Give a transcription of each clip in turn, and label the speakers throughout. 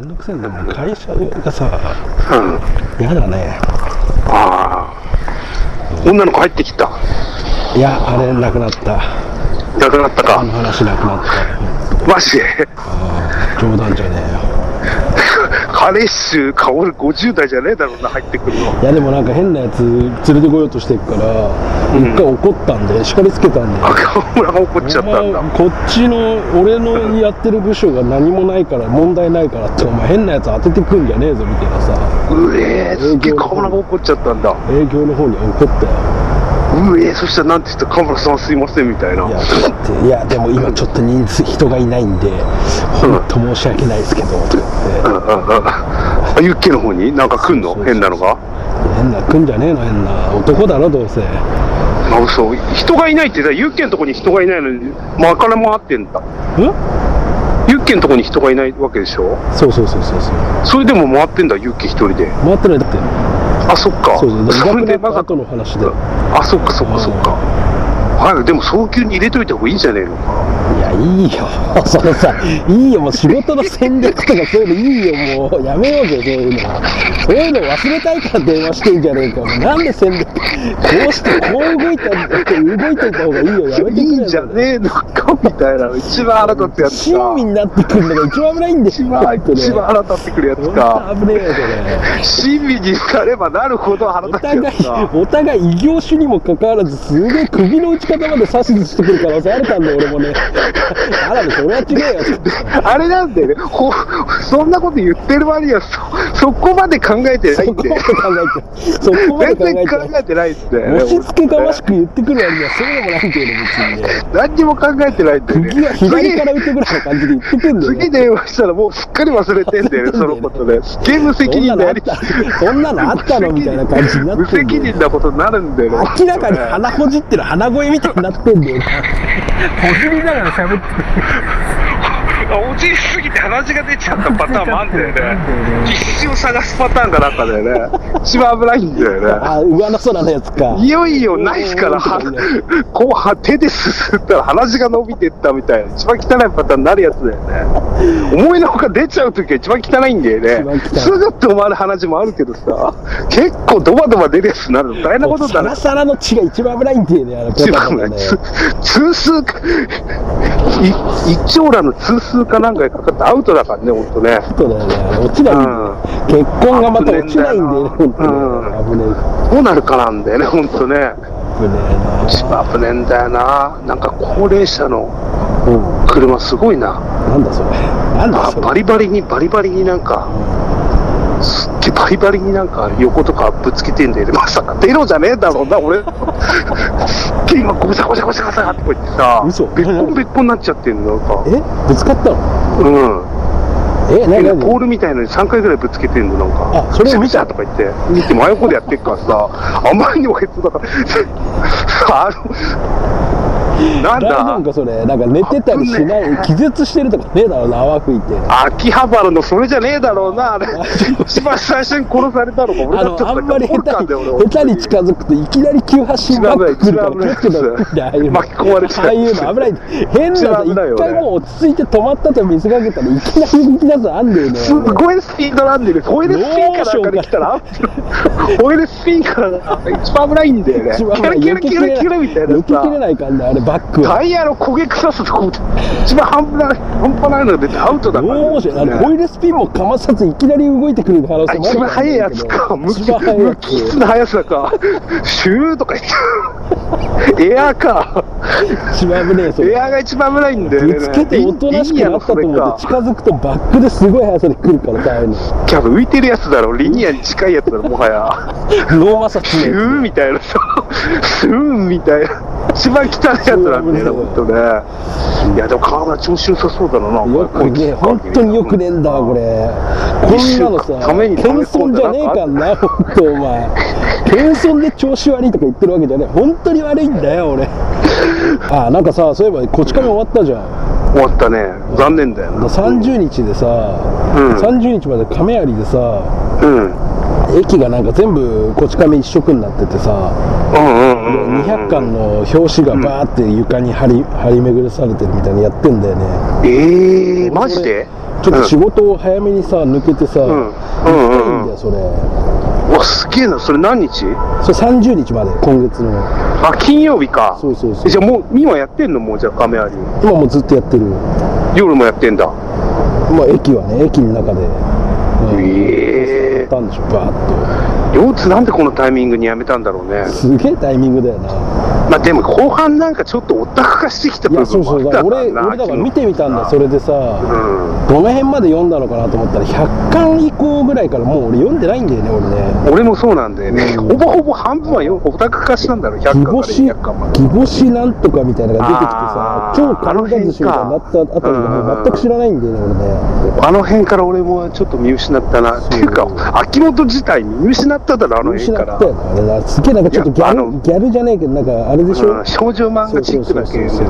Speaker 1: んどくせえんでもう会社がさ
Speaker 2: うん。
Speaker 1: 嫌だね
Speaker 2: ああ。女の子入ってきた。
Speaker 1: いやあれなくなった
Speaker 2: なくなった
Speaker 1: あの
Speaker 2: か。
Speaker 1: 話なくなった
Speaker 2: マジで。
Speaker 1: ああ冗談じゃねえよ
Speaker 2: 彼氏か、俺50代じゃねえだろうな、入ってくるの。
Speaker 1: いやでもなんか変なやつ連れてこようとしてるから、一回怒ったんで叱りつけたんで
Speaker 2: 赤村が怒っちゃったんだ
Speaker 1: お。前こっちの俺のやってる部署が何もないから問題ないからってお前変なやつ当ててくんじゃねえぞみたいなさ
Speaker 2: うえー、すげえ、河村が怒っちゃったんだ。
Speaker 1: 営業の方に怒ったよ
Speaker 2: うえー、そしたらなんて言った河村さんすいませんみたいな。
Speaker 1: いやだっていやでも今ちょっと人数人がいないんで本当申し訳ないですけどとか言って
Speaker 2: うんうんうんあユッケの方になんか来んの
Speaker 1: そうそうそう
Speaker 2: 変なのが。
Speaker 1: 変な来んじゃねえの変な男だろどうせん
Speaker 2: まあ、嘘。人がいないってさ、ユッケのとこに人がいないのに、まかれ回ってんだ。ユッケのとこに人がいないわけでしょ
Speaker 1: そうそうそうそうそう
Speaker 2: それでも回ってんだ、ユッケ一人で。
Speaker 1: 回ってないだって
Speaker 2: あ、そっか。
Speaker 1: そう そう
Speaker 2: それ
Speaker 1: で
Speaker 2: で
Speaker 1: な
Speaker 2: ま
Speaker 1: くな
Speaker 2: さ
Speaker 1: った後の話で
Speaker 2: あ、そっかそっかそっか。はい、でも早急に入れといた方がいいんじゃねえのか。
Speaker 1: いやいいよ そのさいいよもう仕事の戦略とかそういうのいいよもうやめようぜそういうのはそういうの忘れたいから電話してんじゃねえかもうなんで戦略こうしてこう動いた動いていた方がいいよやめてくれ
Speaker 2: いいんじゃねえのかみたいな。一番腹立つやつ
Speaker 1: 親
Speaker 2: か。
Speaker 1: 身になってくるのが一番危ないんです
Speaker 2: 一
Speaker 1: よ
Speaker 2: 番一番
Speaker 1: 本
Speaker 2: 腹立ってくるやつか。
Speaker 1: 当危ねえよそれ
Speaker 2: 親身になればなるほど腹
Speaker 1: お
Speaker 2: 立つや
Speaker 1: 互い
Speaker 2: つか。
Speaker 1: お互い異業種にもかかわらずすげえ首の打ち方まで指図してくる可能性あるかんだよ俺もねあらねそれは違えよ
Speaker 2: あれなんだよね、ほそんなこと言ってる割にはそ、そこまで考えてな
Speaker 1: そ
Speaker 2: い
Speaker 1: こ
Speaker 2: ん
Speaker 1: ま
Speaker 2: で
Speaker 1: で、考えてそこまで
Speaker 2: 全
Speaker 1: 考え
Speaker 2: 然考
Speaker 1: て
Speaker 2: えてないんだよね
Speaker 1: 押し付けがましく言ってくるわにはそうでもないけど別にね
Speaker 2: 何にも考えてないんだよね。
Speaker 1: 次は左から打ってくるような感じで言ってくんだよ
Speaker 2: 次
Speaker 1: ね
Speaker 2: 電話したらもうすっかり忘れてん だよね、そのことで。ゲーム
Speaker 1: そ
Speaker 2: 責
Speaker 1: んなの
Speaker 2: 任で
Speaker 1: あ
Speaker 2: や
Speaker 1: っ
Speaker 2: り
Speaker 1: たそんなのあったのみたいな感じにな
Speaker 2: 無
Speaker 1: ってんだ
Speaker 2: 責
Speaker 1: よね
Speaker 2: 任なことになるんだよね。
Speaker 1: 明らかに鼻ほじってる鼻声みたいになってんだよな
Speaker 2: 落ちすぎて鼻血が出ちゃったパターンもあんだよ ね。必死を探すパターンがなんかだよ ね。一番危ないんだよね。
Speaker 1: あ上の空のやつか
Speaker 2: いよいよナイスからはこうは手ですすったら鼻血が伸びてったみたいな一番汚いパターンになるやつだよ ね思いのほか出ちゃう時が一番汚いんだよ
Speaker 1: 一
Speaker 2: ね
Speaker 1: 番汚い
Speaker 2: すぐ止まる鼻血もあるけどさ結構ドバドバ出るやつになるの大変なこと
Speaker 1: サ
Speaker 2: だね
Speaker 1: ラサラの血が一番危ないんだよねあの
Speaker 2: 一
Speaker 1: パターンが
Speaker 2: 番
Speaker 1: ね
Speaker 2: 痛痛数かい一丁羅の痛数かなんかにかかってアウトだからねほんとね
Speaker 1: そうだよねあの落ちないんだよ結婚がまた落ちないんだよね
Speaker 2: う
Speaker 1: 本
Speaker 2: ん
Speaker 1: 当にね
Speaker 2: どうなるかなんだよねほんとね
Speaker 1: 危ね
Speaker 2: 一番危ねえんだよななんか高齢者の
Speaker 1: えなうん
Speaker 2: 車すごいな
Speaker 1: なんだそれなんだ
Speaker 2: あ
Speaker 1: そ
Speaker 2: バ
Speaker 1: れ
Speaker 2: リバリにバリバリになんかすっげえバリバリになんか横とかぶつけてんだよねまさか出ろじゃねえだろうな俺すっげえ今ゴシャゴシャゴシャゴシャってこうやってさ
Speaker 1: 嘘
Speaker 2: べっこんべっこんになっちゃってんのなんか
Speaker 1: えぶつかったの
Speaker 2: うん
Speaker 1: えなになに
Speaker 2: ポールみたいのに3回ぐらいぶつけてんのなんか
Speaker 1: あそれを見た
Speaker 2: シャシャとか言って見て真横でやってっか らさあまりにもヘッドだからあの な
Speaker 1: 大
Speaker 2: ん
Speaker 1: 丈夫
Speaker 2: だ
Speaker 1: かそれなんか寝てたりしない気絶してるとかねえだろうな泡吹いて
Speaker 2: 秋葉原のそれじゃねえだろうな、あれ、一番最初に殺されたのが俺
Speaker 1: あ
Speaker 2: だった
Speaker 1: のあんまり下手に下手に近づくといきなり急発進バックくるから気をつけた方がいいんだよああいうの
Speaker 2: 巻き込まれちゃう
Speaker 1: ああいうの危ない変な
Speaker 2: 一
Speaker 1: さ
Speaker 2: 番危
Speaker 1: 一
Speaker 2: ないよね
Speaker 1: 回もう落ち着いて止まったと見せかけたらいきなり動き出すのあんだよね
Speaker 2: すごいスピードなんでね、ホイールスピンかなんかで来たら、ホイールスピンから一番危ないんだよね、
Speaker 1: 一
Speaker 2: キ
Speaker 1: 番危
Speaker 2: ャ
Speaker 1: ない
Speaker 2: ルキャルキャルキャルみたい
Speaker 1: 抜けきれ
Speaker 2: なさ、
Speaker 1: ない感じあれバックは
Speaker 2: タイヤの焦げ臭さとかも、一番半端ない半端ないのが出てアウトだ
Speaker 1: ど
Speaker 2: か
Speaker 1: う
Speaker 2: らね、
Speaker 1: もしないホイールスピンもかまさずいきなり動いてくる可能
Speaker 2: あ
Speaker 1: 性もあ
Speaker 2: 一
Speaker 1: る
Speaker 2: 番
Speaker 1: かもし
Speaker 2: 速い
Speaker 1: れなけど
Speaker 2: やつか、無機
Speaker 1: 一番速いやつ
Speaker 2: 質な速さか、シューとか言って、エアーか。
Speaker 1: 一番危ねえそ
Speaker 2: エ
Speaker 1: れ
Speaker 2: アーが一番危ないんだよね。
Speaker 1: ぶつけておとなしくなったと
Speaker 2: リニア
Speaker 1: 思
Speaker 2: の
Speaker 1: って
Speaker 2: そ
Speaker 1: 近づくとバックですごい速さで来るからさああいうの
Speaker 2: れかキャブ浮いてるやつだろ。リニアに近いやつだろ、も はや。
Speaker 1: ローマ殺
Speaker 2: シ
Speaker 1: ね
Speaker 2: ューみたいなさ、スーンみたいな。一番汚いやつなんだよね、ほんとね。いや、でも川村調子良さそうだな、なんか。
Speaker 1: よくねえ本当によくねえんだわこれこんなのさ
Speaker 2: ために溜め
Speaker 1: 謙
Speaker 2: 込ん
Speaker 1: 遜
Speaker 2: だ
Speaker 1: じゃねえかんな本当お前謙遜で調子悪いとか言ってるわけじゃねえ本当に悪いんだよ俺あなんかさそういえばこち亀終わったじゃん
Speaker 2: 終わったね。残念だよな。
Speaker 1: 30日でさ、
Speaker 2: ん
Speaker 1: 30日まで亀有でさ
Speaker 2: うん。うん
Speaker 1: 駅がなんか全部こち亀一色になっててさ
Speaker 2: うんうんうん。
Speaker 1: 200巻の表紙がバーって床に張り張り巡らされてるみたいにやってんだよね
Speaker 2: えー、マジで
Speaker 1: 俺ちょっと仕事を早めにさ、抜けてさ、
Speaker 2: う
Speaker 1: 行
Speaker 2: ん
Speaker 1: き
Speaker 2: うんう
Speaker 1: たいん
Speaker 2: ん
Speaker 1: だ
Speaker 2: うん
Speaker 1: よ、それ。
Speaker 2: うわすげえなそれ何日
Speaker 1: それ30日まで、今月の。
Speaker 2: あ金曜日か
Speaker 1: そうそうそう
Speaker 2: えじゃあもう今やってんのもうじゃあ亀有
Speaker 1: 今もうずっとやってる。
Speaker 2: 夜もやってんだ
Speaker 1: まあ、駅はね、駅の中で。うん
Speaker 2: ええ
Speaker 1: やったんでしょ、バーっ
Speaker 2: 両津なんでこのタイミングにやめたんだろうね
Speaker 1: と。すげえタイミングだよな。
Speaker 2: まあでも後半なんかちょっとオタク化してきた
Speaker 1: い
Speaker 2: 部
Speaker 1: や、そ
Speaker 2: 分
Speaker 1: う
Speaker 2: もあ
Speaker 1: そう、だか
Speaker 2: った
Speaker 1: ら俺、俺だから見てみたんだ、それでさ。
Speaker 2: うん
Speaker 1: どの辺まで読んだのかなと思ったら100巻以降ぐらいからもう俺読んでないんだよね俺ね
Speaker 2: 俺もそうなんだよね、
Speaker 1: うん
Speaker 2: ほぼほぼ半分はよオタク化したんだろう
Speaker 1: 「ギ
Speaker 2: 100巻から
Speaker 1: ボシ
Speaker 2: 200巻まで
Speaker 1: ギボシなんとか」みたいなのが出てきてさ
Speaker 2: あー
Speaker 1: 超神隠しみたいになったあたりがもう全く知らないんだよね俺ね
Speaker 2: あの辺から俺もちょっと見失ったな
Speaker 1: そう
Speaker 2: っていうか秋元自体見失っただろあの辺
Speaker 1: 失
Speaker 2: か
Speaker 1: っ
Speaker 2: ら
Speaker 1: たよなあれなすげえなんかちょっとギャ
Speaker 2: いやあの
Speaker 1: ルギャルじゃねえけどなんかあれでしょ、
Speaker 2: うん少女漫画チックだけど
Speaker 1: そうそう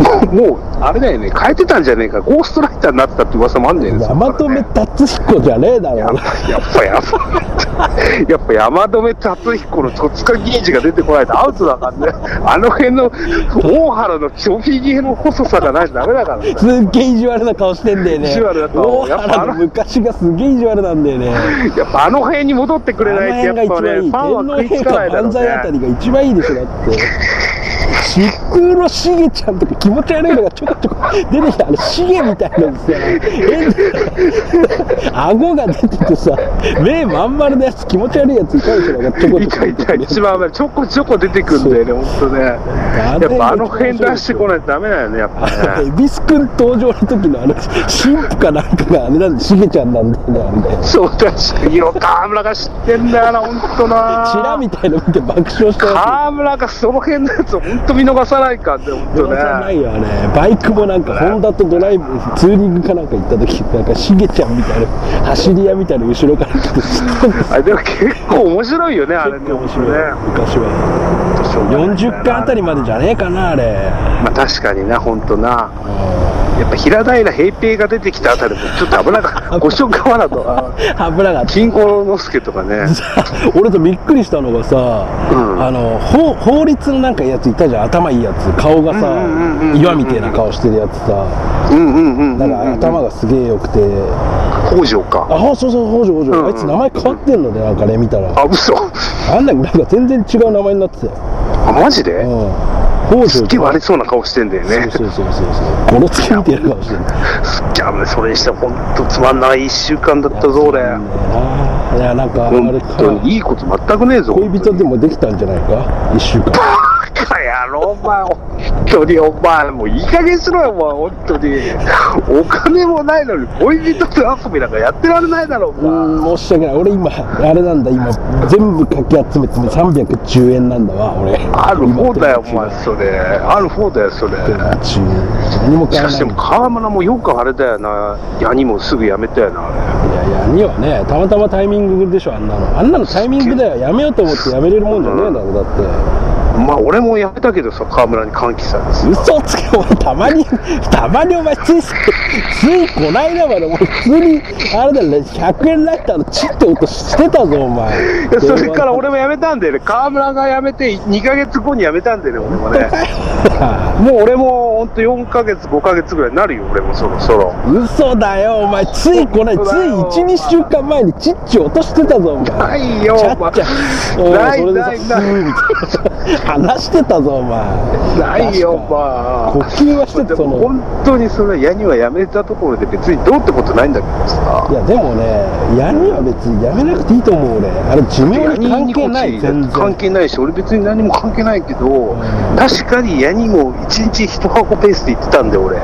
Speaker 2: もうもうあれだよね変えてたんじゃねえかゴーストライターになってたって噂もあんだよねそっから
Speaker 1: 山
Speaker 2: ね
Speaker 1: 留達彦じゃねえだろ
Speaker 2: やっぱやっぱやっぱ山留達彦の戸塚銀次が出てこないとアウトだからねあの辺の大原のちょびひげの細さがないとダメだからね
Speaker 1: すっげえ意地悪な顔してんだよね
Speaker 2: 意地悪だと
Speaker 1: 大
Speaker 2: やっぱあの
Speaker 1: 原の昔がすげえ意地悪なんだよね
Speaker 2: やっぱあの辺に戻ってくれないとやっぱねファンは食いつかないだろ
Speaker 1: 天皇陛下
Speaker 2: う
Speaker 1: 万歳あた
Speaker 2: ね
Speaker 1: りが一番いいでしょだってシクロシゲちゃんとか気持ち悪いのがちょこちょこ出てきたあのシゲみたいなのさえ顎が出ててさ目まん丸のやつ気持ち悪いやついたでしょ なんかちょこち
Speaker 2: い
Speaker 1: ょこ
Speaker 2: たいた一番危ないちょこちょこ出てくんだよね本当ねやっぱあの辺出してこないとダメだよねやっぱね
Speaker 1: 恵比寿君登場の時のあの神父かなんかがあれなんでシゲちゃんなんだよねあれね
Speaker 2: そう確かに河村が知ってんだよな本当な
Speaker 1: チラみたいなの見て爆笑したやつ
Speaker 2: 河村がその辺のやつを本当見逃さないかって本当
Speaker 1: 乗らな
Speaker 2: ね
Speaker 1: いよねバイクもなんかホンダとドライブツーリングかなんか行った時なんかしげちゃんみたいな走り屋みたいな後ろから来てストン
Speaker 2: あでも結構面白いよねあれね
Speaker 1: と面白い
Speaker 2: ね
Speaker 1: 昔は40巻あたりまでじゃねえかなあれ
Speaker 2: まあ確かにな本当なやっぱ平平平平が出てきたあたりもちょっと危な かった五所川だとあ
Speaker 1: 危なかった
Speaker 2: 金庫之助とかね
Speaker 1: 俺とびっくりしたのがさ、
Speaker 2: うん
Speaker 1: あの法法律のなんかやついたじゃん頭いいやつ顔がさ、
Speaker 2: うんうんうんうんうん
Speaker 1: 岩みたいな顔してるやつさ
Speaker 2: うんうんうんう
Speaker 1: なん
Speaker 2: ん
Speaker 1: か
Speaker 2: うん
Speaker 1: 頭がすげえ良くて、
Speaker 2: 北条か
Speaker 1: あそうそう北条北
Speaker 2: うん
Speaker 1: 条
Speaker 2: う
Speaker 1: あ
Speaker 2: ん
Speaker 1: いつ名前変わってんのねなんかね見たら
Speaker 2: あ嘘
Speaker 1: あんなんなんか全然違う名前になってたよ。
Speaker 2: あマジ
Speaker 1: う
Speaker 2: で
Speaker 1: ん。北条
Speaker 2: すっげえ割れそうな顔してんだよね
Speaker 1: そうそうそうそうそう。ゴロつけみてるかもしれない。
Speaker 2: すっげえ危ないそれにしては本当つまんない一週間だったぞ俺
Speaker 1: いや、なんか、あれ
Speaker 2: 本
Speaker 1: か
Speaker 2: 当にいいこと全くねえぞ
Speaker 1: 恋人でもできたんじゃないか一週間。
Speaker 2: バカ野郎、お前、本当に、お前、もういい加減しろよ、お前、本当に。お金もないのに、恋人と遊びなんかやってられないだろ、お
Speaker 1: う
Speaker 2: 前。
Speaker 1: ん、申し訳ない。俺今、あれなんだ、今、全部かき集めても310円なんだわ、俺。
Speaker 2: ある方だよ、お
Speaker 1: 今
Speaker 2: 前、それ。ある方だよ、それ。
Speaker 1: 10円。何も買
Speaker 2: し
Speaker 1: え
Speaker 2: か
Speaker 1: な
Speaker 2: し
Speaker 1: い。
Speaker 2: でも、河村もよくあれだよな。ヤニもすぐやめたよな、あ
Speaker 1: いやいや、にはね、たまたまタイミングでしょ、あんなの。あんなのタイミングだよ。やめようと思ってやめれるもんじゃねえだろ、だって。
Speaker 2: れ。まあ、俺もやめたけどさ、河村に歓喜されて さ
Speaker 1: 嘘つけお前たまにたまにお前ついついこないだまで俺普通にあれだね100円ライターのチッて音してたぞお前
Speaker 2: いやそれから俺もやめたんだよね。河村がやめて、2ヶ月後にやめたんだよね、俺もね。 もう俺も、ほんと4ヶ月、5ヶ月ぐらいになるよ、俺もそろそろ。
Speaker 1: 嘘だよお前ついこないつい
Speaker 2: 嘘だよ
Speaker 1: 12週間前にチッチ落としてたぞお前
Speaker 2: ないよ
Speaker 1: ちゃっちゃお前
Speaker 2: な
Speaker 1: そ
Speaker 2: い
Speaker 1: れで
Speaker 2: な
Speaker 1: さ
Speaker 2: いな
Speaker 1: ふー
Speaker 2: い
Speaker 1: みたいな話してたぞお 前
Speaker 2: ないよ
Speaker 1: 確か
Speaker 2: まあ
Speaker 1: 呼吸はしてた
Speaker 2: で
Speaker 1: そ
Speaker 2: も
Speaker 1: の
Speaker 2: 本当にそれヤニはやめたところで別にどうってことないんだけどさ
Speaker 1: いやでもねやには別にやめなくていいと思う俺あれ寿命に関係ない
Speaker 2: ヤニ
Speaker 1: 全
Speaker 2: に
Speaker 1: 然
Speaker 2: 関係ないし俺別に何も関係ないけど
Speaker 1: ん
Speaker 2: 確かにヤニも1日1箱ペースで行ってたんで俺行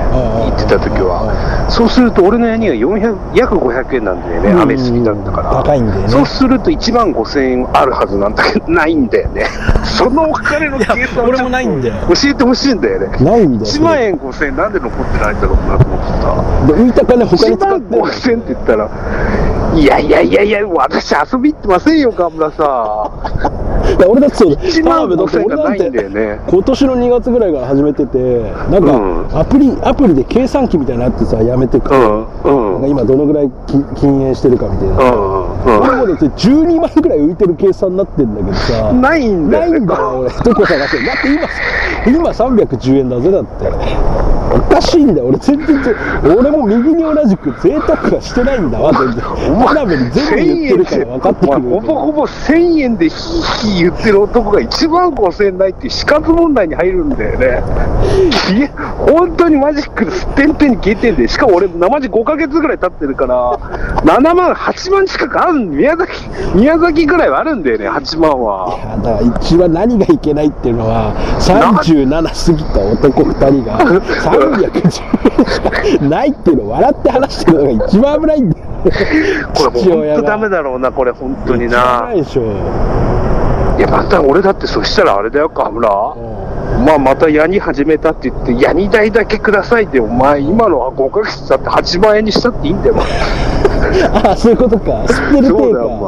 Speaker 2: ってた時はそうすると俺のヤニは400約500円なんだよね
Speaker 1: うん
Speaker 2: 雨過ぎだったから
Speaker 1: 高いんだよね
Speaker 2: そうすると1万5000円あるはずなんだけどないんだよ ねそのお金の計算を
Speaker 1: 俺もないんだよ
Speaker 2: 教えてほしいんだよね
Speaker 1: ないんだよ
Speaker 2: 1万円5000円なんで残ってないんだろうなと思ってさ
Speaker 1: で浮いた金他に
Speaker 2: 1
Speaker 1: 使
Speaker 2: 万
Speaker 1: ってんの
Speaker 2: 5000円って言ったらいやいやいやいや私遊び行ってませんよ河村さん
Speaker 1: いや俺だってそう
Speaker 2: 1
Speaker 1: 田
Speaker 2: 万
Speaker 1: 辺だって
Speaker 2: 5000円
Speaker 1: 俺
Speaker 2: が
Speaker 1: な
Speaker 2: なんいんだ
Speaker 1: て
Speaker 2: よね
Speaker 1: 今年の2月ぐらいから始めててなん
Speaker 2: うん
Speaker 1: かアプリ、アプリで計算機みたいなのあってさやめてく
Speaker 2: う
Speaker 1: なん
Speaker 2: うん
Speaker 1: ん
Speaker 2: うん
Speaker 1: か今どのぐらいき禁煙してるかみたいな、俺も
Speaker 2: う
Speaker 1: だって12万ぐらい浮いてる計算になってんだけど さ
Speaker 2: んないんだ
Speaker 1: ない
Speaker 2: よ
Speaker 1: ん
Speaker 2: ね
Speaker 1: だよ俺どこ探せだって今今310円だぜだっておかしいんだよ俺全然ちょ俺も右に同じく贅沢はしてないんだわ全然田辺に全部言ってるから分かってく
Speaker 2: お
Speaker 1: る
Speaker 2: 前ほぼほぼ1000円でヒーヒー言ってる男が1万5000円ないって死活問題に入るんだよね。ひえ本当にマジックですってんぺんに消えてんで、しかも俺、生地5ヶ月ぐらい経ってるから、7万、8万近くある宮崎、宮崎ぐらいはあるんだよね、8万は。
Speaker 1: いやだから一番何がいけないっていうのは37過ぎた男2人が310円しか ないっていうのを笑って話してるのが一番危ないんだよ
Speaker 2: これもう
Speaker 1: 父親
Speaker 2: 本
Speaker 1: が
Speaker 2: 当ダメだろうな、これ本当に
Speaker 1: 知らな
Speaker 2: な。
Speaker 1: いでしょう
Speaker 2: いや、また俺だってそしたらあれだよ、河村。まあ、またヤニ始めたって言って、ヤニ代だけくださいって、お前、今のは5ヶ月だって8万円にしたっていいんだよ、
Speaker 1: ああそういうことかスピルテ
Speaker 2: そう
Speaker 1: ー
Speaker 2: だよ、
Speaker 1: か
Speaker 2: お前。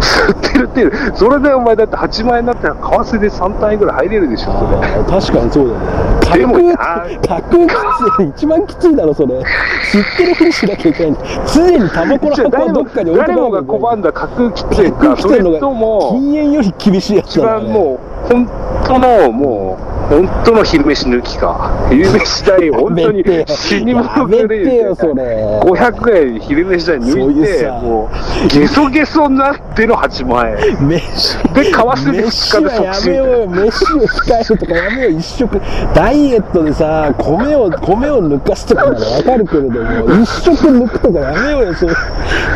Speaker 2: 吸ってるってる。それでお前、だって8万円だったら、為替で3単位ぐらい入れるでしょ、それ。
Speaker 1: あー確かにそうだね
Speaker 2: でも
Speaker 1: 架
Speaker 2: な
Speaker 1: 空架空きつい一番きついだろそれ知ってるふりしなきゃいけない常にタバコの
Speaker 2: じゃあ
Speaker 1: 箱
Speaker 2: 誰
Speaker 1: をど
Speaker 2: も
Speaker 1: っかに置いて
Speaker 2: 誰もが拒んだ架空喫煙か、それ
Speaker 1: の
Speaker 2: と
Speaker 1: が
Speaker 2: も、
Speaker 1: 禁煙より厳しいやつ
Speaker 2: 一
Speaker 1: だから
Speaker 2: 番
Speaker 1: ね
Speaker 2: もう、本当の、もう、本当の昼飯抜きか。昼飯代、本当に死に物狂い
Speaker 1: やめてよそれ
Speaker 2: 500円昼飯代
Speaker 1: そう
Speaker 2: 抜い
Speaker 1: いう
Speaker 2: て、
Speaker 1: さ
Speaker 2: もう、ゲソゲソになっての8万円。
Speaker 1: 飯
Speaker 2: で、為替で2日で
Speaker 1: 飯は
Speaker 2: 即
Speaker 1: や
Speaker 2: 死
Speaker 1: めようよ飯を控えるとかやめよう一食ダイエットでさ米を米を抜かすとかならわかるけれども一食抜くとかやめようよそれ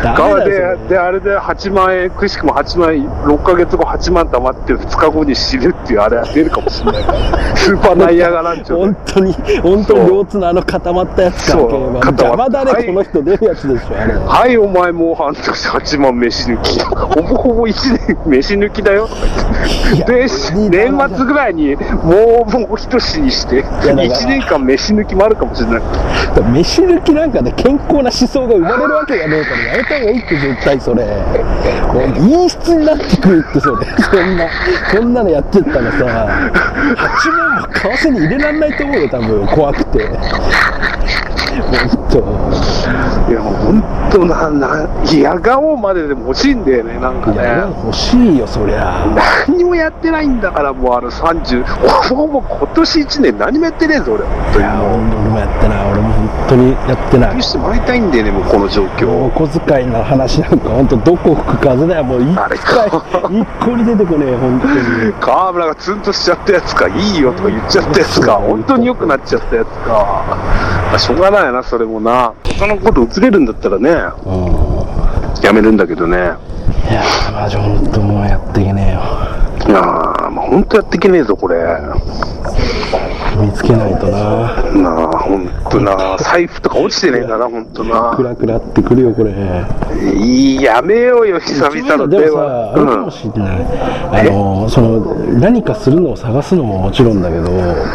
Speaker 1: ダメ
Speaker 2: 川
Speaker 1: だよ
Speaker 2: で
Speaker 1: それ
Speaker 2: で、あれで8万円、くしくも8万円、6ヶ月後8万貯まって2日後に死ぬっていうあれが出るかもしれ ないから、スーパーナイアガランチョ
Speaker 1: 本
Speaker 2: で。
Speaker 1: 当に本当に両津のあの固まったやつか
Speaker 2: そう
Speaker 1: 競馬の
Speaker 2: 固まった
Speaker 1: 邪魔だね、
Speaker 2: はい
Speaker 1: この人出るやつでしょあれ
Speaker 2: はい、お前もう半年8万飯抜き。ほぼほぼ1年飯抜きだよ。
Speaker 1: いや
Speaker 2: で、
Speaker 1: いい
Speaker 2: 年
Speaker 1: な
Speaker 2: 末ぐらいにもう、もう一死にして、
Speaker 1: やだから
Speaker 2: 1年間飯抜きもあるかもしれない。
Speaker 1: 飯抜きなんかで健康な思想が生まれるわけがねえからやめた方がいいって絶対それもう陰湿になってくるってそれ そんなそんなのやってったらさ8万も為替に入れられないと思うよ多分怖くて本当
Speaker 2: いや、もう本当な、な、嫌顔まででも欲しいんだよね、なんか
Speaker 1: いや
Speaker 2: ね。
Speaker 1: 欲しいよそりゃ
Speaker 2: 何もやってないんだから、もうあの30、ほぼほぼ今年1年何もやってねえぞ、俺。本
Speaker 1: い
Speaker 2: 当に
Speaker 1: や俺
Speaker 2: もう。
Speaker 1: もやってない俺も本当にやってない
Speaker 2: 許してもらいたいんだよね、もうこの状況。
Speaker 1: お小遣いの話なんか本当どこ吹く風だよもう一
Speaker 2: あれ
Speaker 1: 回一個に出てこねえ本当に
Speaker 2: 河村がツンとしちゃったやつか、いいよとか言っちゃったやつか、本当に良くなっちゃったやつか。まあ、しょうがないな、それもな。他のこと移れるんだったらね、
Speaker 1: うん
Speaker 2: やめるんだけどね。
Speaker 1: いやーマジ本当もうやっていけねえよ
Speaker 2: いやー、まあ、本当やっていけねえぞ、これ。
Speaker 1: 見つけないとな
Speaker 2: なあ、本当な。財布とか落ちてねえんだな、本当な。
Speaker 1: 暗くなってくるよこれ
Speaker 2: いいやめようよ、久々の
Speaker 1: でも
Speaker 2: 電
Speaker 1: さあれかも
Speaker 2: 話。
Speaker 1: しれない、あのその何かするのを探すのももちろんだけど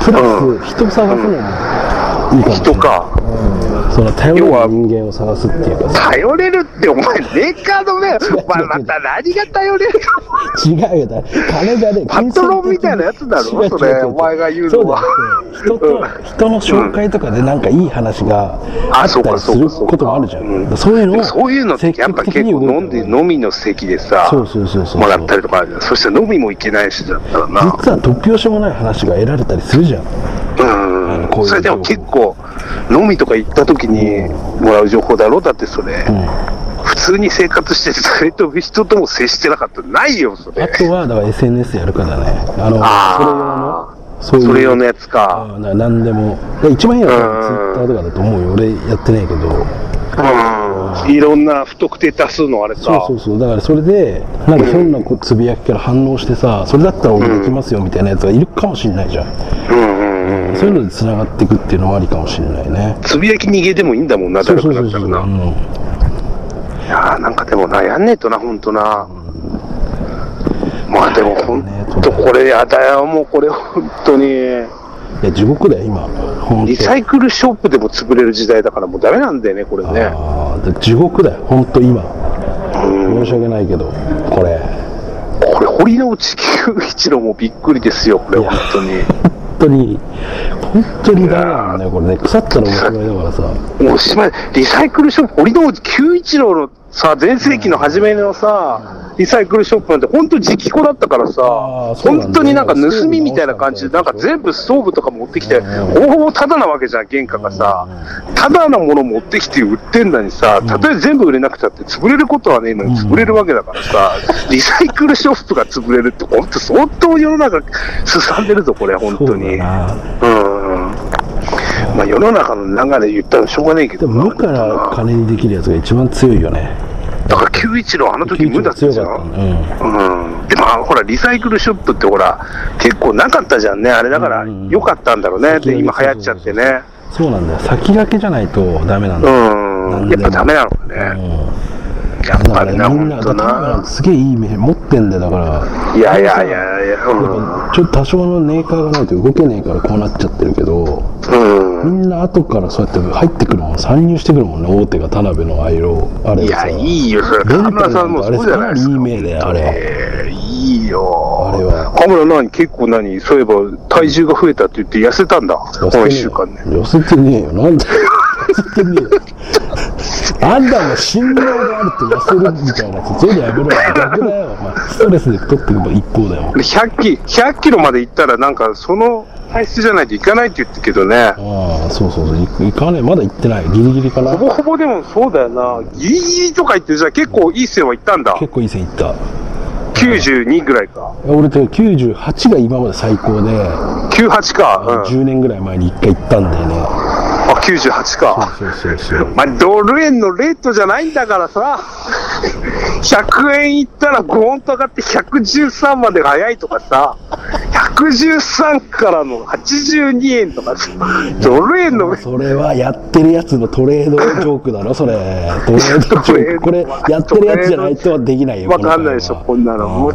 Speaker 1: プ
Speaker 2: う
Speaker 1: ラス人を探すのもいいかもしれ
Speaker 2: うん、
Speaker 1: ない
Speaker 2: 人か。
Speaker 1: その頼れる
Speaker 2: 要は
Speaker 1: 人間を探すっていうかさ
Speaker 2: 頼れるって、お前、メーカーのね、お前、また何が頼れるか。
Speaker 1: 違うよだ金がね
Speaker 2: パトロンみたいなやつだろ
Speaker 1: 金銭的に
Speaker 2: それ
Speaker 1: 違う違う違う
Speaker 2: お前が言うのは
Speaker 1: そうだよね人と人の紹介とかでなんかいい話があ
Speaker 2: あ
Speaker 1: っ
Speaker 2: そう
Speaker 1: た
Speaker 2: か
Speaker 1: りすることもあるじゃ
Speaker 2: うんん
Speaker 1: そういうのを
Speaker 2: そういうのってやっぱ結構飲
Speaker 1: 積極的に
Speaker 2: んで
Speaker 1: 動いて
Speaker 2: 飲みの席でさ
Speaker 1: そうそうそうそう
Speaker 2: もらったりとかあるじゃんそして飲みも行けないしだったらな
Speaker 1: 実は突拍子もない話が得られたりするじゃん
Speaker 2: うん
Speaker 1: こういう
Speaker 2: それでも結構飲みとか行った時にもらう情報だろだってそれ、普通に生活して誰と人とも接してなかったらないよそ
Speaker 1: あ
Speaker 2: れ
Speaker 1: とはだから SNS やるからねあの
Speaker 2: あ
Speaker 1: そう
Speaker 2: あ
Speaker 1: いう
Speaker 2: それ用のやつ
Speaker 1: あ
Speaker 2: か
Speaker 1: ーな何でもで一番いいのはツイッターとかだと思うよ俺やってないけど
Speaker 2: うんいろんな不特定多数のあれか
Speaker 1: そうそうそうだからそれでなんかひょんなこつぶやきから反応してさそれだったら俺できますよみたいなやつがいるかもしれないじゃん、
Speaker 2: うんうんうん
Speaker 1: そういうのでつながっていくっていうのもありかもしれないね
Speaker 2: つぶやき逃げでもいいんだもんな
Speaker 1: そう
Speaker 2: 誰
Speaker 1: そ
Speaker 2: か
Speaker 1: うそ
Speaker 2: だ
Speaker 1: う
Speaker 2: っ
Speaker 1: そ
Speaker 2: た
Speaker 1: う、
Speaker 2: ら
Speaker 1: う、
Speaker 2: なんいやーなんかでもな、やんねえとな、ほんとな。まあでもほんとこれやだよ、もうこれほんとに。
Speaker 1: いや地獄だよ今本
Speaker 2: リサイクルショップでも潰れる時代だからもうダメなんだよね、これね。
Speaker 1: ああ地獄だよ本当今申し訳ないけどこれ
Speaker 2: これ堀之内久一郎もびっくりですよ、これ
Speaker 1: いや
Speaker 2: ほんとに。
Speaker 1: 本当に本当にダメなんだよこれね腐ったらおしまいだからさ
Speaker 2: もうおしまい、リサイクルショップ、堀之内久一郎のさ、全盛期の初めのさ、リサイクルショップなんて、本当時期子だったからさ、
Speaker 1: あーそうなんだ
Speaker 2: 本当になんか盗みみたいな感じで、なんか全部ストーブとか持ってきて、
Speaker 1: うん
Speaker 2: ほぼほぼタダなわけじゃん、原価がさ。タダなもの持ってきて売ってんだにさ、たとえ全部売れなくたって潰れることはねえのに
Speaker 1: うん
Speaker 2: 潰れるわけだからさ、リサイクルショップが潰れるって、本当相当世の中、すさんでるぞ、これ、本
Speaker 1: そう
Speaker 2: 当
Speaker 1: だ
Speaker 2: に。
Speaker 1: な
Speaker 2: うんまあ、世の中の流れ言ったらしょうがねえけ
Speaker 1: で
Speaker 2: ど
Speaker 1: も
Speaker 2: な
Speaker 1: 無から金にできるやつが一番強いよね
Speaker 2: だから91のあの時無だったじゃ
Speaker 1: 強かった
Speaker 2: ん。
Speaker 1: ね
Speaker 2: うん、でもほらリサイクルショップってほら結構なかったじゃんねあれだから
Speaker 1: うんうん
Speaker 2: 良かったんだろうね、で今流行っちゃってね
Speaker 1: うんそうなんだよ先駆けじゃないとダメなん
Speaker 2: う
Speaker 1: だよ、
Speaker 2: んやっぱダメなのかね
Speaker 1: うん
Speaker 2: やっ
Speaker 1: だ
Speaker 2: ぱり
Speaker 1: から
Speaker 2: な
Speaker 1: みん
Speaker 2: 本
Speaker 1: なだっ
Speaker 2: 当
Speaker 1: て今
Speaker 2: な
Speaker 1: すげえいい目持ってんだよだから
Speaker 2: いやいやいやいやう
Speaker 1: やっ
Speaker 2: ん、
Speaker 1: ぱちょっと多少のメーカーがないと動けねえからこうなっちゃってるけど
Speaker 2: う
Speaker 1: み
Speaker 2: ん
Speaker 1: んな後からそうやって入ってくるもん参入してくるもんね大手が田辺のアイロあれ
Speaker 2: いや
Speaker 1: さ
Speaker 2: いいよそ
Speaker 1: レ
Speaker 2: れ
Speaker 1: ンタルな
Speaker 2: 河
Speaker 1: ん
Speaker 2: 村
Speaker 1: か
Speaker 2: さんもそうじゃないです
Speaker 1: あれかな
Speaker 2: か
Speaker 1: りいい目だよあれ
Speaker 2: えーいいよ
Speaker 1: あれは
Speaker 2: 河村何結構何そういえば体重が増えたって言って痩せたんだこ
Speaker 1: 寄せ
Speaker 2: の
Speaker 1: てねえよ
Speaker 2: 1週間ね
Speaker 1: 寄せてねえよなんだよ寄せてねえよあんたも信用があると痩せるみたいなやつそういうのやめろよ逆だよお前ストレスで太ってくば一方だよ
Speaker 2: で100キ100キロまで行ったら、なんかその体質じゃないといかないって言ってるけどね、
Speaker 1: ああそうそうそうい行かねえまだ行ってないギリギリかな
Speaker 2: ほぼほぼでもそうだよな、ギリギリとか言って、じゃあ結構いい線は行ったんだ、
Speaker 1: 結構いい線行った
Speaker 2: 92ぐらいか、
Speaker 1: 俺と98が今まで最高で、
Speaker 2: 98か、うん、
Speaker 1: 10年ぐらい前に1回行ったんだよね
Speaker 2: あ98か。
Speaker 1: そうそうそう
Speaker 2: まあ、ドル円のレートじゃないんだからさ、100円いったらゴーンと上がって113までが早いとかさ、113からの82円とかさ、ドル円のレート
Speaker 1: それはやってるやつのトレードジョークだろそれトレードジョークこれやってるやつじゃないとはできないよ
Speaker 2: わかんないでしょ、こんなの。もう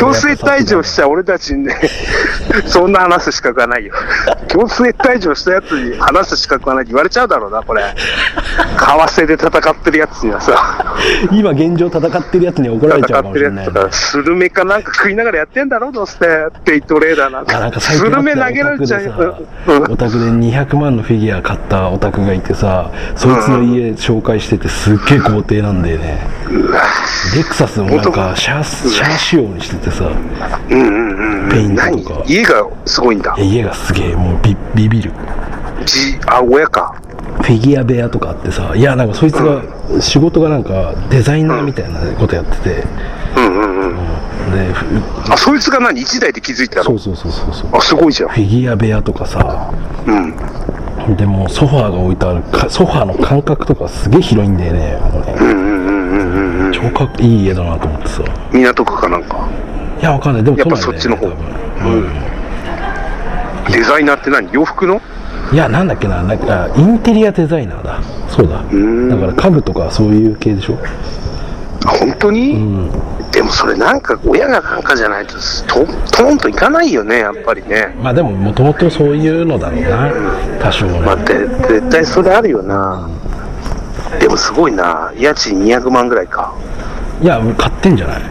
Speaker 2: 強制退場し
Speaker 1: ゃ
Speaker 2: た俺たちにね、 そんな話す資格はないよ。強制退場したやつに話す資格はないって言われちゃうだろうな、これ。為替で戦ってるやつにはさ、
Speaker 1: 今現状戦ってるやつに怒られちゃ
Speaker 2: 戦
Speaker 1: うかも
Speaker 2: って
Speaker 1: しれ
Speaker 2: る
Speaker 1: な
Speaker 2: や
Speaker 1: い
Speaker 2: つとか、スルメかなんか食いながらやってんだろ、どうして、ペイトレーダーなん
Speaker 1: あなんか
Speaker 2: か。
Speaker 1: 最
Speaker 2: ス
Speaker 1: 近
Speaker 2: ルメ
Speaker 1: あ
Speaker 2: 投
Speaker 1: っ
Speaker 2: げ
Speaker 1: たオタ
Speaker 2: られ
Speaker 1: ク
Speaker 2: ちゃ
Speaker 1: で
Speaker 2: う
Speaker 1: さ
Speaker 2: よ。うん
Speaker 1: オタクで200万のフィギュア買ったオタクがいてさそいつの家紹介しててすっげえ豪邸なんだよねレクサスもなんかシャーシャー仕様にしててさ
Speaker 2: うんうんうん。
Speaker 1: ペイント
Speaker 2: 何
Speaker 1: とか
Speaker 2: 家がすごいんだ
Speaker 1: い。や家がすげえもうビビビる
Speaker 2: じあ、親か。
Speaker 1: フィギュア部屋とかあってさいやなんかそいつが仕事がなんかデザイナーみたいなことやっててで
Speaker 2: うんうんうん。
Speaker 1: ふ
Speaker 2: あ、そいつが何一台で気づいた
Speaker 1: そ
Speaker 2: の
Speaker 1: うそうそうそうそう
Speaker 2: あ、すごいじゃん。
Speaker 1: フィギュア部屋とかさ
Speaker 2: うん。
Speaker 1: でもソファーが置いてあるかソファーの間隔とかすげえ広いんだよねもうね超かっこいい家だなと思ってさ
Speaker 2: 港区かなんか。
Speaker 1: いやわかんないでも
Speaker 2: やっぱ
Speaker 1: 都内だよね
Speaker 2: そっちの方
Speaker 1: 多分
Speaker 2: デザイナーって何洋服の
Speaker 1: いやなんだっけななんかインテリアデザイナーだそうだ
Speaker 2: ん
Speaker 1: だから家具とかそういう系でしょ
Speaker 2: あ本当に、でもそれなんか親がなんかじゃないとととんといかないよねやっぱりね
Speaker 1: まあでももともとそういうのだろうな多少ね
Speaker 2: 待って絶対それあるよなでもすごいな家賃200万ぐらいか
Speaker 1: いや買ってんじゃない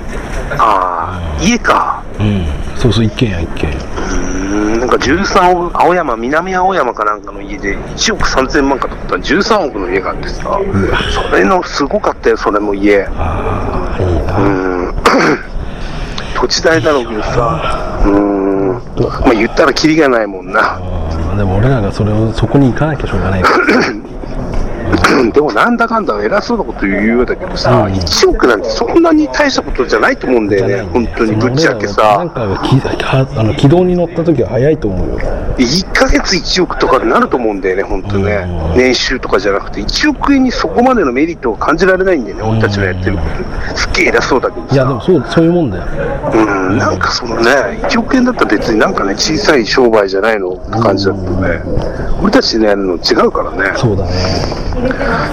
Speaker 2: ああ家か
Speaker 1: うんそうそう一軒家一軒家
Speaker 2: うんなんか13億青山南青山かなんかの家で1億3000万かと思ったら13億の家があってさそれのすごかったよそれも家
Speaker 1: ああいいな
Speaker 2: うん土地代だろうけどさうんまあ言ったらキリがないもんな
Speaker 1: うんでも俺らがそれをそこに行かなきゃしょうがないから
Speaker 2: うん でもなんだかんだ偉そうなこと言うようだけどさ、
Speaker 1: うん
Speaker 2: 1億なんてそんなに大したことじゃないと思うんだよね、本当にぶっちゃけ
Speaker 1: なん
Speaker 2: さ、
Speaker 1: かがきはあの軌道に乗った時は早いと思うよ
Speaker 2: 1ヶ月1億とかになると思うんだよね、本当ね
Speaker 1: う、ん
Speaker 2: 年収とかじゃなくて、1億円にそこまでのメリットを感じられないんだよね、俺たちのやってること、すっげえ偉そうだけど
Speaker 1: いやで
Speaker 2: さ
Speaker 1: も、そうそういうもんだよ
Speaker 2: うん、なんかそのね、1億円だったら別になんかね、小さい商売じゃないのって感じだったよね、俺たちのやるの違うからね、
Speaker 1: そうだね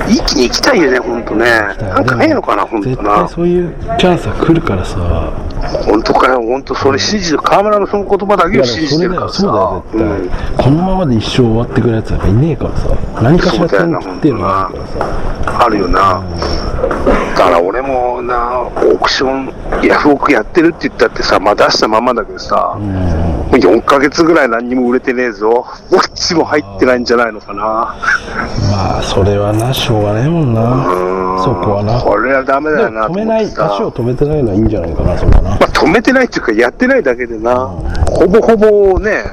Speaker 2: 一気に行きたいよね、本当ね、なんかねえのかな、本
Speaker 1: 絶
Speaker 2: 当
Speaker 1: 対
Speaker 2: な。
Speaker 1: そういうチャンスは来るからさ
Speaker 2: 本当かよ、本当、それ信じてる、河村のその言葉だ
Speaker 1: い
Speaker 2: け
Speaker 1: や
Speaker 2: を
Speaker 1: でも
Speaker 2: 信
Speaker 1: そ
Speaker 2: じて
Speaker 1: れ
Speaker 2: る
Speaker 1: だよ
Speaker 2: から
Speaker 1: そうだ
Speaker 2: さ
Speaker 1: よ、絶対、このままで一生終わってくるやつなんかいねえからさ何かしら転機っていうのがあるからさ
Speaker 2: あるよな、だから俺もな、オークション、ヤフオクやってるって言ったってさ、まあ、出したまんまだけどさ、 4ヶ月ぐらい何にも売れてねえぞ。ウォッチも入ってないんじゃないのかな。
Speaker 1: まあ、それはな、しょうがねえもんな。
Speaker 2: うん
Speaker 1: そこはな。
Speaker 2: これはダメだ
Speaker 1: で
Speaker 2: よ
Speaker 1: も
Speaker 2: な
Speaker 1: 止めない、
Speaker 2: と思ってさ
Speaker 1: 足を止めてないのはいいんじゃないかな、そこはな。
Speaker 2: まあ、止めてないっていうか、やってないだけでな、ほぼほぼね、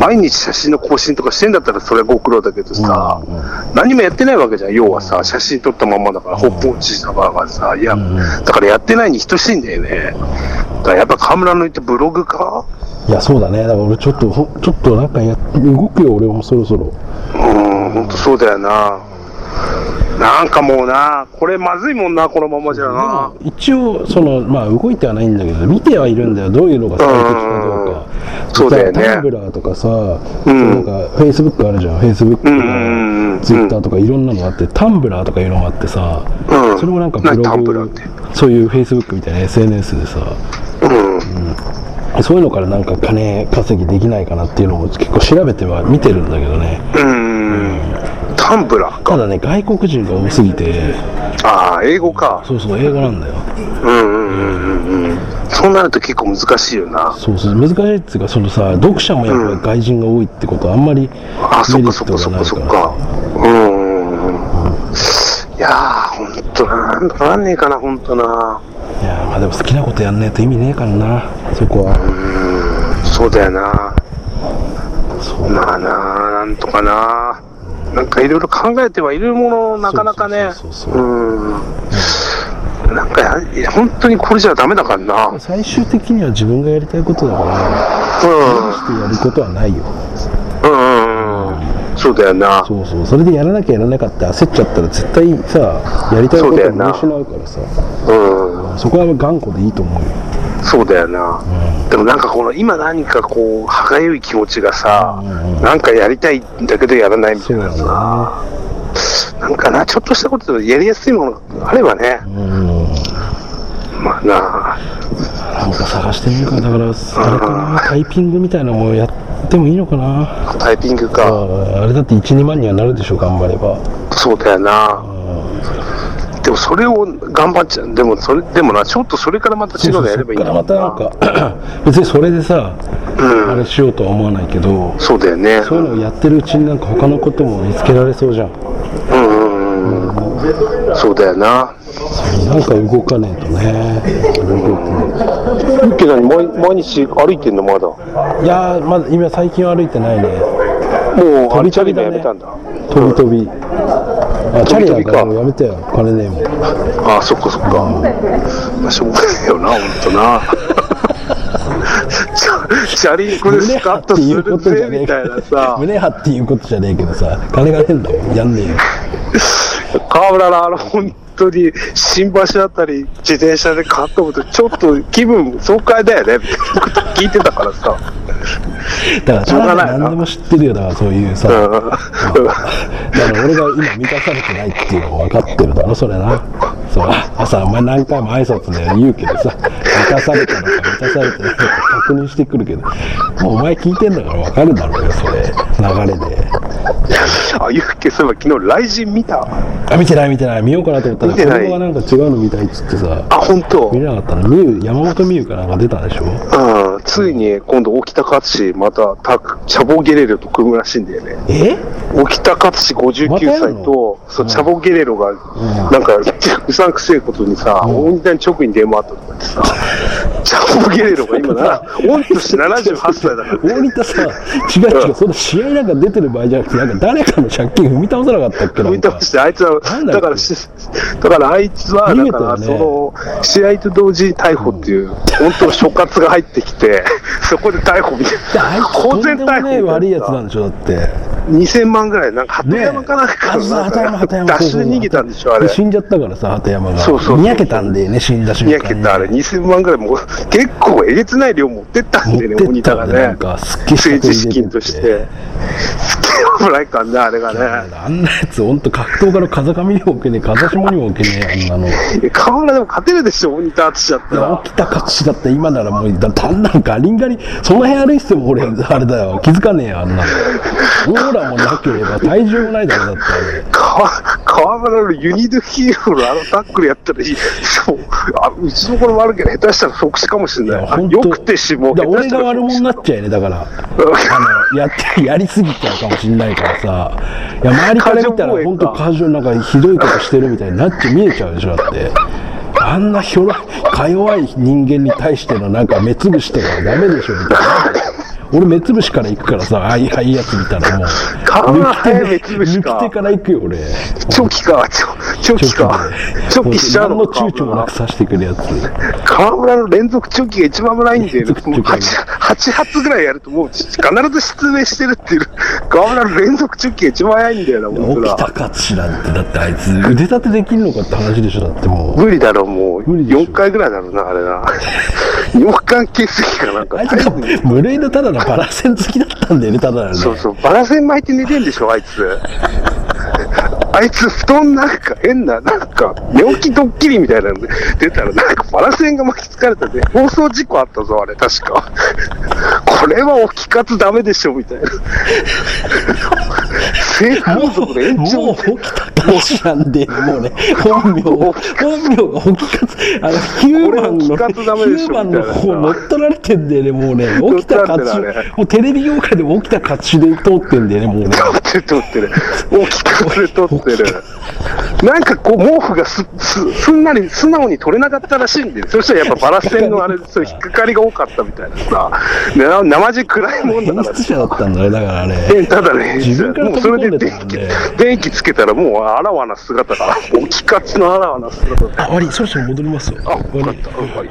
Speaker 2: 毎日写真の更新とかしてんだったらそれはご苦労だけどさ、
Speaker 1: うん
Speaker 2: 何もやってないわけじゃん、要はさ、写真撮ったまんまだから、ほっぽんちだからさ、いや、だからやってないに等しいんだよね。だからやっぱ河村の言ったブログか
Speaker 1: いや、そうだね。だから俺ちょっと、ほちょっとなんかや、動くよ、俺もそろそろ。
Speaker 2: うん、ほんとそうだよな。なんかもうな、これまずいもんな、このままじゃな。
Speaker 1: 一応、その、まあ、動いてはないんだけど、見てはいるんだよ。どういうのが最適かどうか。
Speaker 2: そうだよね
Speaker 1: タンブラーとかさ、
Speaker 2: ん
Speaker 1: なんか、フェイスブックあるじゃん。フェイスブック
Speaker 2: うんうんうん
Speaker 1: とか、ツイッターとかいろんなのがあって、タンブラーとかいうのがあってさ、
Speaker 2: うん
Speaker 1: それもなんかブログ、
Speaker 2: 何タンブラーって
Speaker 1: そういうフェイスブックみたいな SNS でさ、
Speaker 2: うん。
Speaker 1: そういうのからなんか金稼ぎできないかなっていうのを結構調べては見てるんだけどね。
Speaker 2: うん。タンブラーか。
Speaker 1: ただね、外国人が多すぎて、
Speaker 2: ああ、英語か。
Speaker 1: そうそう、英語なんだよ。
Speaker 2: うんうんうんうんうんそうなると結構難しいよな。
Speaker 1: そうそう、難しいっていうか、そのさ、読者もやっぱり外人が多いってことはあんまりメリ
Speaker 2: あ、そっかそ
Speaker 1: ッ
Speaker 2: っか
Speaker 1: ト
Speaker 2: そ
Speaker 1: が
Speaker 2: っ
Speaker 1: な
Speaker 2: か
Speaker 1: い
Speaker 2: そっ
Speaker 1: か
Speaker 2: か。うんうんうんうん。いやー、ほんとなんとかなんねえかな、ほんとな。
Speaker 1: ら。いやーまあでも好きなことやんねえと意味ねえからな、そこは。
Speaker 2: そうだよな。
Speaker 1: そう
Speaker 2: まあな、なんとかな。なんかいろいろ考えてはいるものの、なかなかね。
Speaker 1: そうそうそうそう
Speaker 2: うん。なんかやいや、本当にこれじゃダメだからな。うん。
Speaker 1: 最終的には自分がやりたいことだから、してやることはないよ。
Speaker 2: うんうんうん。そうだよな。
Speaker 1: そうそう、それでやらなきゃやらなかった焦っちゃったら絶対さ、やりたいことを見失うからさ、
Speaker 2: うん。
Speaker 1: そこは頑固でいいと思うよ。
Speaker 2: そうだよな、でもなんかこの今何かこう歯がゆい気持ちがさ、
Speaker 1: うん
Speaker 2: なんかやりたいんだけどやらないみた
Speaker 1: そ
Speaker 2: いう
Speaker 1: な
Speaker 2: なん
Speaker 1: だよ
Speaker 2: さ
Speaker 1: な。
Speaker 2: なんかなちょっとしたことでやりやすいものがあればね、
Speaker 1: うん。
Speaker 2: まあな
Speaker 1: なんか探してみるか、だから、あれかな、タイピングみたいなのもやってもいいのかな。
Speaker 2: タイピング
Speaker 1: あ
Speaker 2: か、
Speaker 1: ああれだって1、2万にはなるでしょ、頑張れば。
Speaker 2: そうだよな、でもそれを頑張っちゃうでもそれでもなちょっとそれからまた違うのやればいいん
Speaker 1: そ
Speaker 2: だ
Speaker 1: っ
Speaker 2: もん
Speaker 1: からまたなんか、別にそれでさ、あれしようとは思わないけど、
Speaker 2: そうだよね
Speaker 1: そういうのをやってるうちになんか他のことも見つけられそうじゃん。
Speaker 2: うんうんうんうんそうだよな
Speaker 1: なんか動かねえとね。
Speaker 2: ユッケ何毎毎日歩いてんのまだも
Speaker 1: いやー、まだ今最近は歩いてないね。
Speaker 2: う歩い
Speaker 1: チ
Speaker 2: ち
Speaker 1: ャ
Speaker 2: ゃ
Speaker 1: リ
Speaker 2: リ
Speaker 1: だ
Speaker 2: の
Speaker 1: ね
Speaker 2: やめたんだ
Speaker 1: 飛び飛び。あ、チャリなん
Speaker 2: 飛び飛びか
Speaker 1: かもうやめてよ。金ねえもん。
Speaker 2: ああ、そっかそっか。まあ、しょうがないよな、ほんと な。チャチャリンコでスカッとす
Speaker 1: いう
Speaker 2: る
Speaker 1: ことじ
Speaker 2: ぜ
Speaker 1: ゃねえ
Speaker 2: みたいなさ、
Speaker 1: 胸張って言うことじゃねえけどさ、金がねえんだよ。やんねえよ。
Speaker 2: 河村のあの、本当に新橋あたり自転車でカッと思って、ちょっと気分爽快だよね、みたいなこと聞いてたからさ。
Speaker 1: だ
Speaker 2: しょう
Speaker 1: か
Speaker 2: が
Speaker 1: ら、
Speaker 2: ないな
Speaker 1: 何でも知ってるよ。だからそういうさ。
Speaker 2: うん
Speaker 1: だから俺が今満たされてないっていうの分かってるだろそれなそう朝お前何回も挨拶で言うけどさ満たされたのか満たされてないのか確認してくるけどもうお前聞いてんだから分かるだろうよそれ流れで
Speaker 2: あ、ユッケ、そういえば昨日、雷神見た
Speaker 1: あ見てない見てない見ようかなと思ったら
Speaker 2: 見て
Speaker 1: 子
Speaker 2: ない
Speaker 1: 供がなんか違うの見たいっつってさ
Speaker 2: あ、本当。
Speaker 1: 見れなかったのみゆ山本美優かなんか出たでしょ
Speaker 2: うん、ついに今度、沖田勝志、またタッグ、チャボゲレールと組むらしいんだよね。
Speaker 1: え
Speaker 2: 沖田勝志
Speaker 1: またや
Speaker 2: 59
Speaker 1: る
Speaker 2: 歳
Speaker 1: の
Speaker 2: と、そうチャボゲレロが、なんか、うさんくせえことにさ、大仁田に直に電話あったとかってさ、チャボゲレロが今な、御年78歳だから。
Speaker 1: 大仁田さ違う違うその試合なんか出てる場合じゃなくてなんか誰かの借金踏み倒さなかったっけなん
Speaker 2: 見
Speaker 1: か
Speaker 2: たして、あいつは
Speaker 1: なん、だっけ
Speaker 2: だからし、だからあいつは、
Speaker 1: 逃げた
Speaker 2: だか
Speaker 1: よ
Speaker 2: ら、
Speaker 1: ね
Speaker 2: その、試合と同時に逮捕っていう、本当、所轄が入ってきて、そこで逮捕みたい
Speaker 1: であい
Speaker 2: な、
Speaker 1: つとんでもねえ悪いやつなんでしょだって
Speaker 2: 2000万ぐらい、なんか、鳩
Speaker 1: ねえ
Speaker 2: 山かなんか、
Speaker 1: あそう
Speaker 2: なん
Speaker 1: 鳩山
Speaker 2: か
Speaker 1: 鳩山
Speaker 2: ダッシュで逃げたんでしょ、あれ
Speaker 1: で。死んじゃったからさ鳩山が
Speaker 2: そうそうそう
Speaker 1: にやけたんでね死んだ瞬
Speaker 2: い
Speaker 1: 間に
Speaker 2: やけどあれ2000万ぐらいもう 結構えげつない量持ってったんで
Speaker 1: 持
Speaker 2: ね
Speaker 1: って
Speaker 2: 鬼
Speaker 1: った
Speaker 2: 田
Speaker 1: んだ
Speaker 2: が
Speaker 1: よなん
Speaker 2: ね
Speaker 1: かすっげえ
Speaker 2: 政治資金としてすっげえ危ないからね、あれがね。
Speaker 1: あんなやつ、ほんと格闘家の風上にも置けねえ、風下にも置けねえ、あんなの。
Speaker 2: いや河村でも勝てるでしょ、鬼と淳だったら。
Speaker 1: 起きた勝ちだったら今ならもう、だ単なるガリンガリン、その辺歩いてても俺、あれだよ、気づかねえよ、あんなの。オーラもなければ、体重もないだろ、だったらね。
Speaker 2: 河河村のユニードヒーローのあのタックルやったらいい。そうあうちの子も悪いけど、下手したら即死かもしれ
Speaker 1: い
Speaker 2: な
Speaker 1: や、ほ
Speaker 2: い。
Speaker 1: ん
Speaker 2: よ
Speaker 1: と。
Speaker 2: くてしもう、
Speaker 1: だ
Speaker 2: 下
Speaker 1: から
Speaker 2: 手
Speaker 1: 俺
Speaker 2: した
Speaker 1: が
Speaker 2: ら
Speaker 1: 悪者になっちゃうよね、だから。あの、やって、やりすぎちゃうかもしんないからさ。いや、周りから見たら、本当カジュアルなんかひどいことしてるみたいになって見えちゃうでしょ、だって。あんなひょろい、か弱い人間に対してのなんか目つぶしとかはダメでしょ、みたいな。俺目つぶしから行くからさ、ああいああいやつ見たらもう。
Speaker 2: 顔が早い目つぶしか
Speaker 1: 抜き手から行くよ、俺。
Speaker 2: 長期か、長期か。長期しちゃう
Speaker 1: 何の
Speaker 2: のか。
Speaker 1: 躊躇もなく刺してくるやつ。
Speaker 2: 河村の連続長期が一番危ないんだよ
Speaker 1: 連
Speaker 2: ね。
Speaker 1: 続
Speaker 2: もう
Speaker 1: 長期
Speaker 2: 8, 8発ぐらいやると、もう必ず失明してるっていう。河村の連続長期が一番早いんだよな、
Speaker 1: 起
Speaker 2: 僕
Speaker 1: き
Speaker 2: ら。
Speaker 1: たかしなんて、だってあいつ腕立てできんのかって話でしょ、だってもう。
Speaker 2: 無理だろう、もう。
Speaker 1: 無理でしょ
Speaker 2: 4回ぐらいだろうな、あれな。4回欠席かなんか
Speaker 1: あい。つが無類のただのバラ線好きだったんだよね、ただのね。
Speaker 2: そうそう、バラ線巻いて寝てんでしょ、あいつ。 あいつ、布団なんか変な、なんか、寝起きドッキリみたいなので出たら、なんかバラ線が巻きつかれたね。放送事故あったぞ、あれ、確か。 これは起き活ダメでしょ、みたいな。性風俗の延
Speaker 1: もう
Speaker 2: 長
Speaker 1: 起きたかしなんで、もうね、本名、本名が起きかつ、あの、ヒューマンの、ヒ
Speaker 2: 俺起き活ダメでしょ
Speaker 1: ューマンの
Speaker 2: みたい
Speaker 1: 方
Speaker 2: な
Speaker 1: 乗っ取られてんだよね、もうね、起きたか
Speaker 2: 乗っ
Speaker 1: し
Speaker 2: 取られてるあれ、
Speaker 1: もうテレビ業界でも起きたかしで通ってんだよね、もうね。
Speaker 2: 撮ってる撮ってる。大きく撮ってる。なんかこう、毛布がす、す、すんなり、素直に取れなかったらしいんで、そしたらやっぱバラ線のあれ、そう、引っかかりが多かったみたいなさ、な、生地暗いもんだ
Speaker 1: 演
Speaker 2: から
Speaker 1: 出。者だったんだね、だからね。
Speaker 2: でただね、
Speaker 1: 自分から
Speaker 2: もうそ
Speaker 1: 飛び込
Speaker 2: れ
Speaker 1: ん
Speaker 2: で
Speaker 1: でた
Speaker 2: 電
Speaker 1: ん
Speaker 2: 気
Speaker 1: で、
Speaker 2: 電気つけたらもうあらわな姿が、おきかつのあらわな姿が。
Speaker 1: あ、悪い、そろそろ戻りますよ。
Speaker 2: あ、よかった。
Speaker 1: 悪
Speaker 2: うんはい
Speaker 1: い。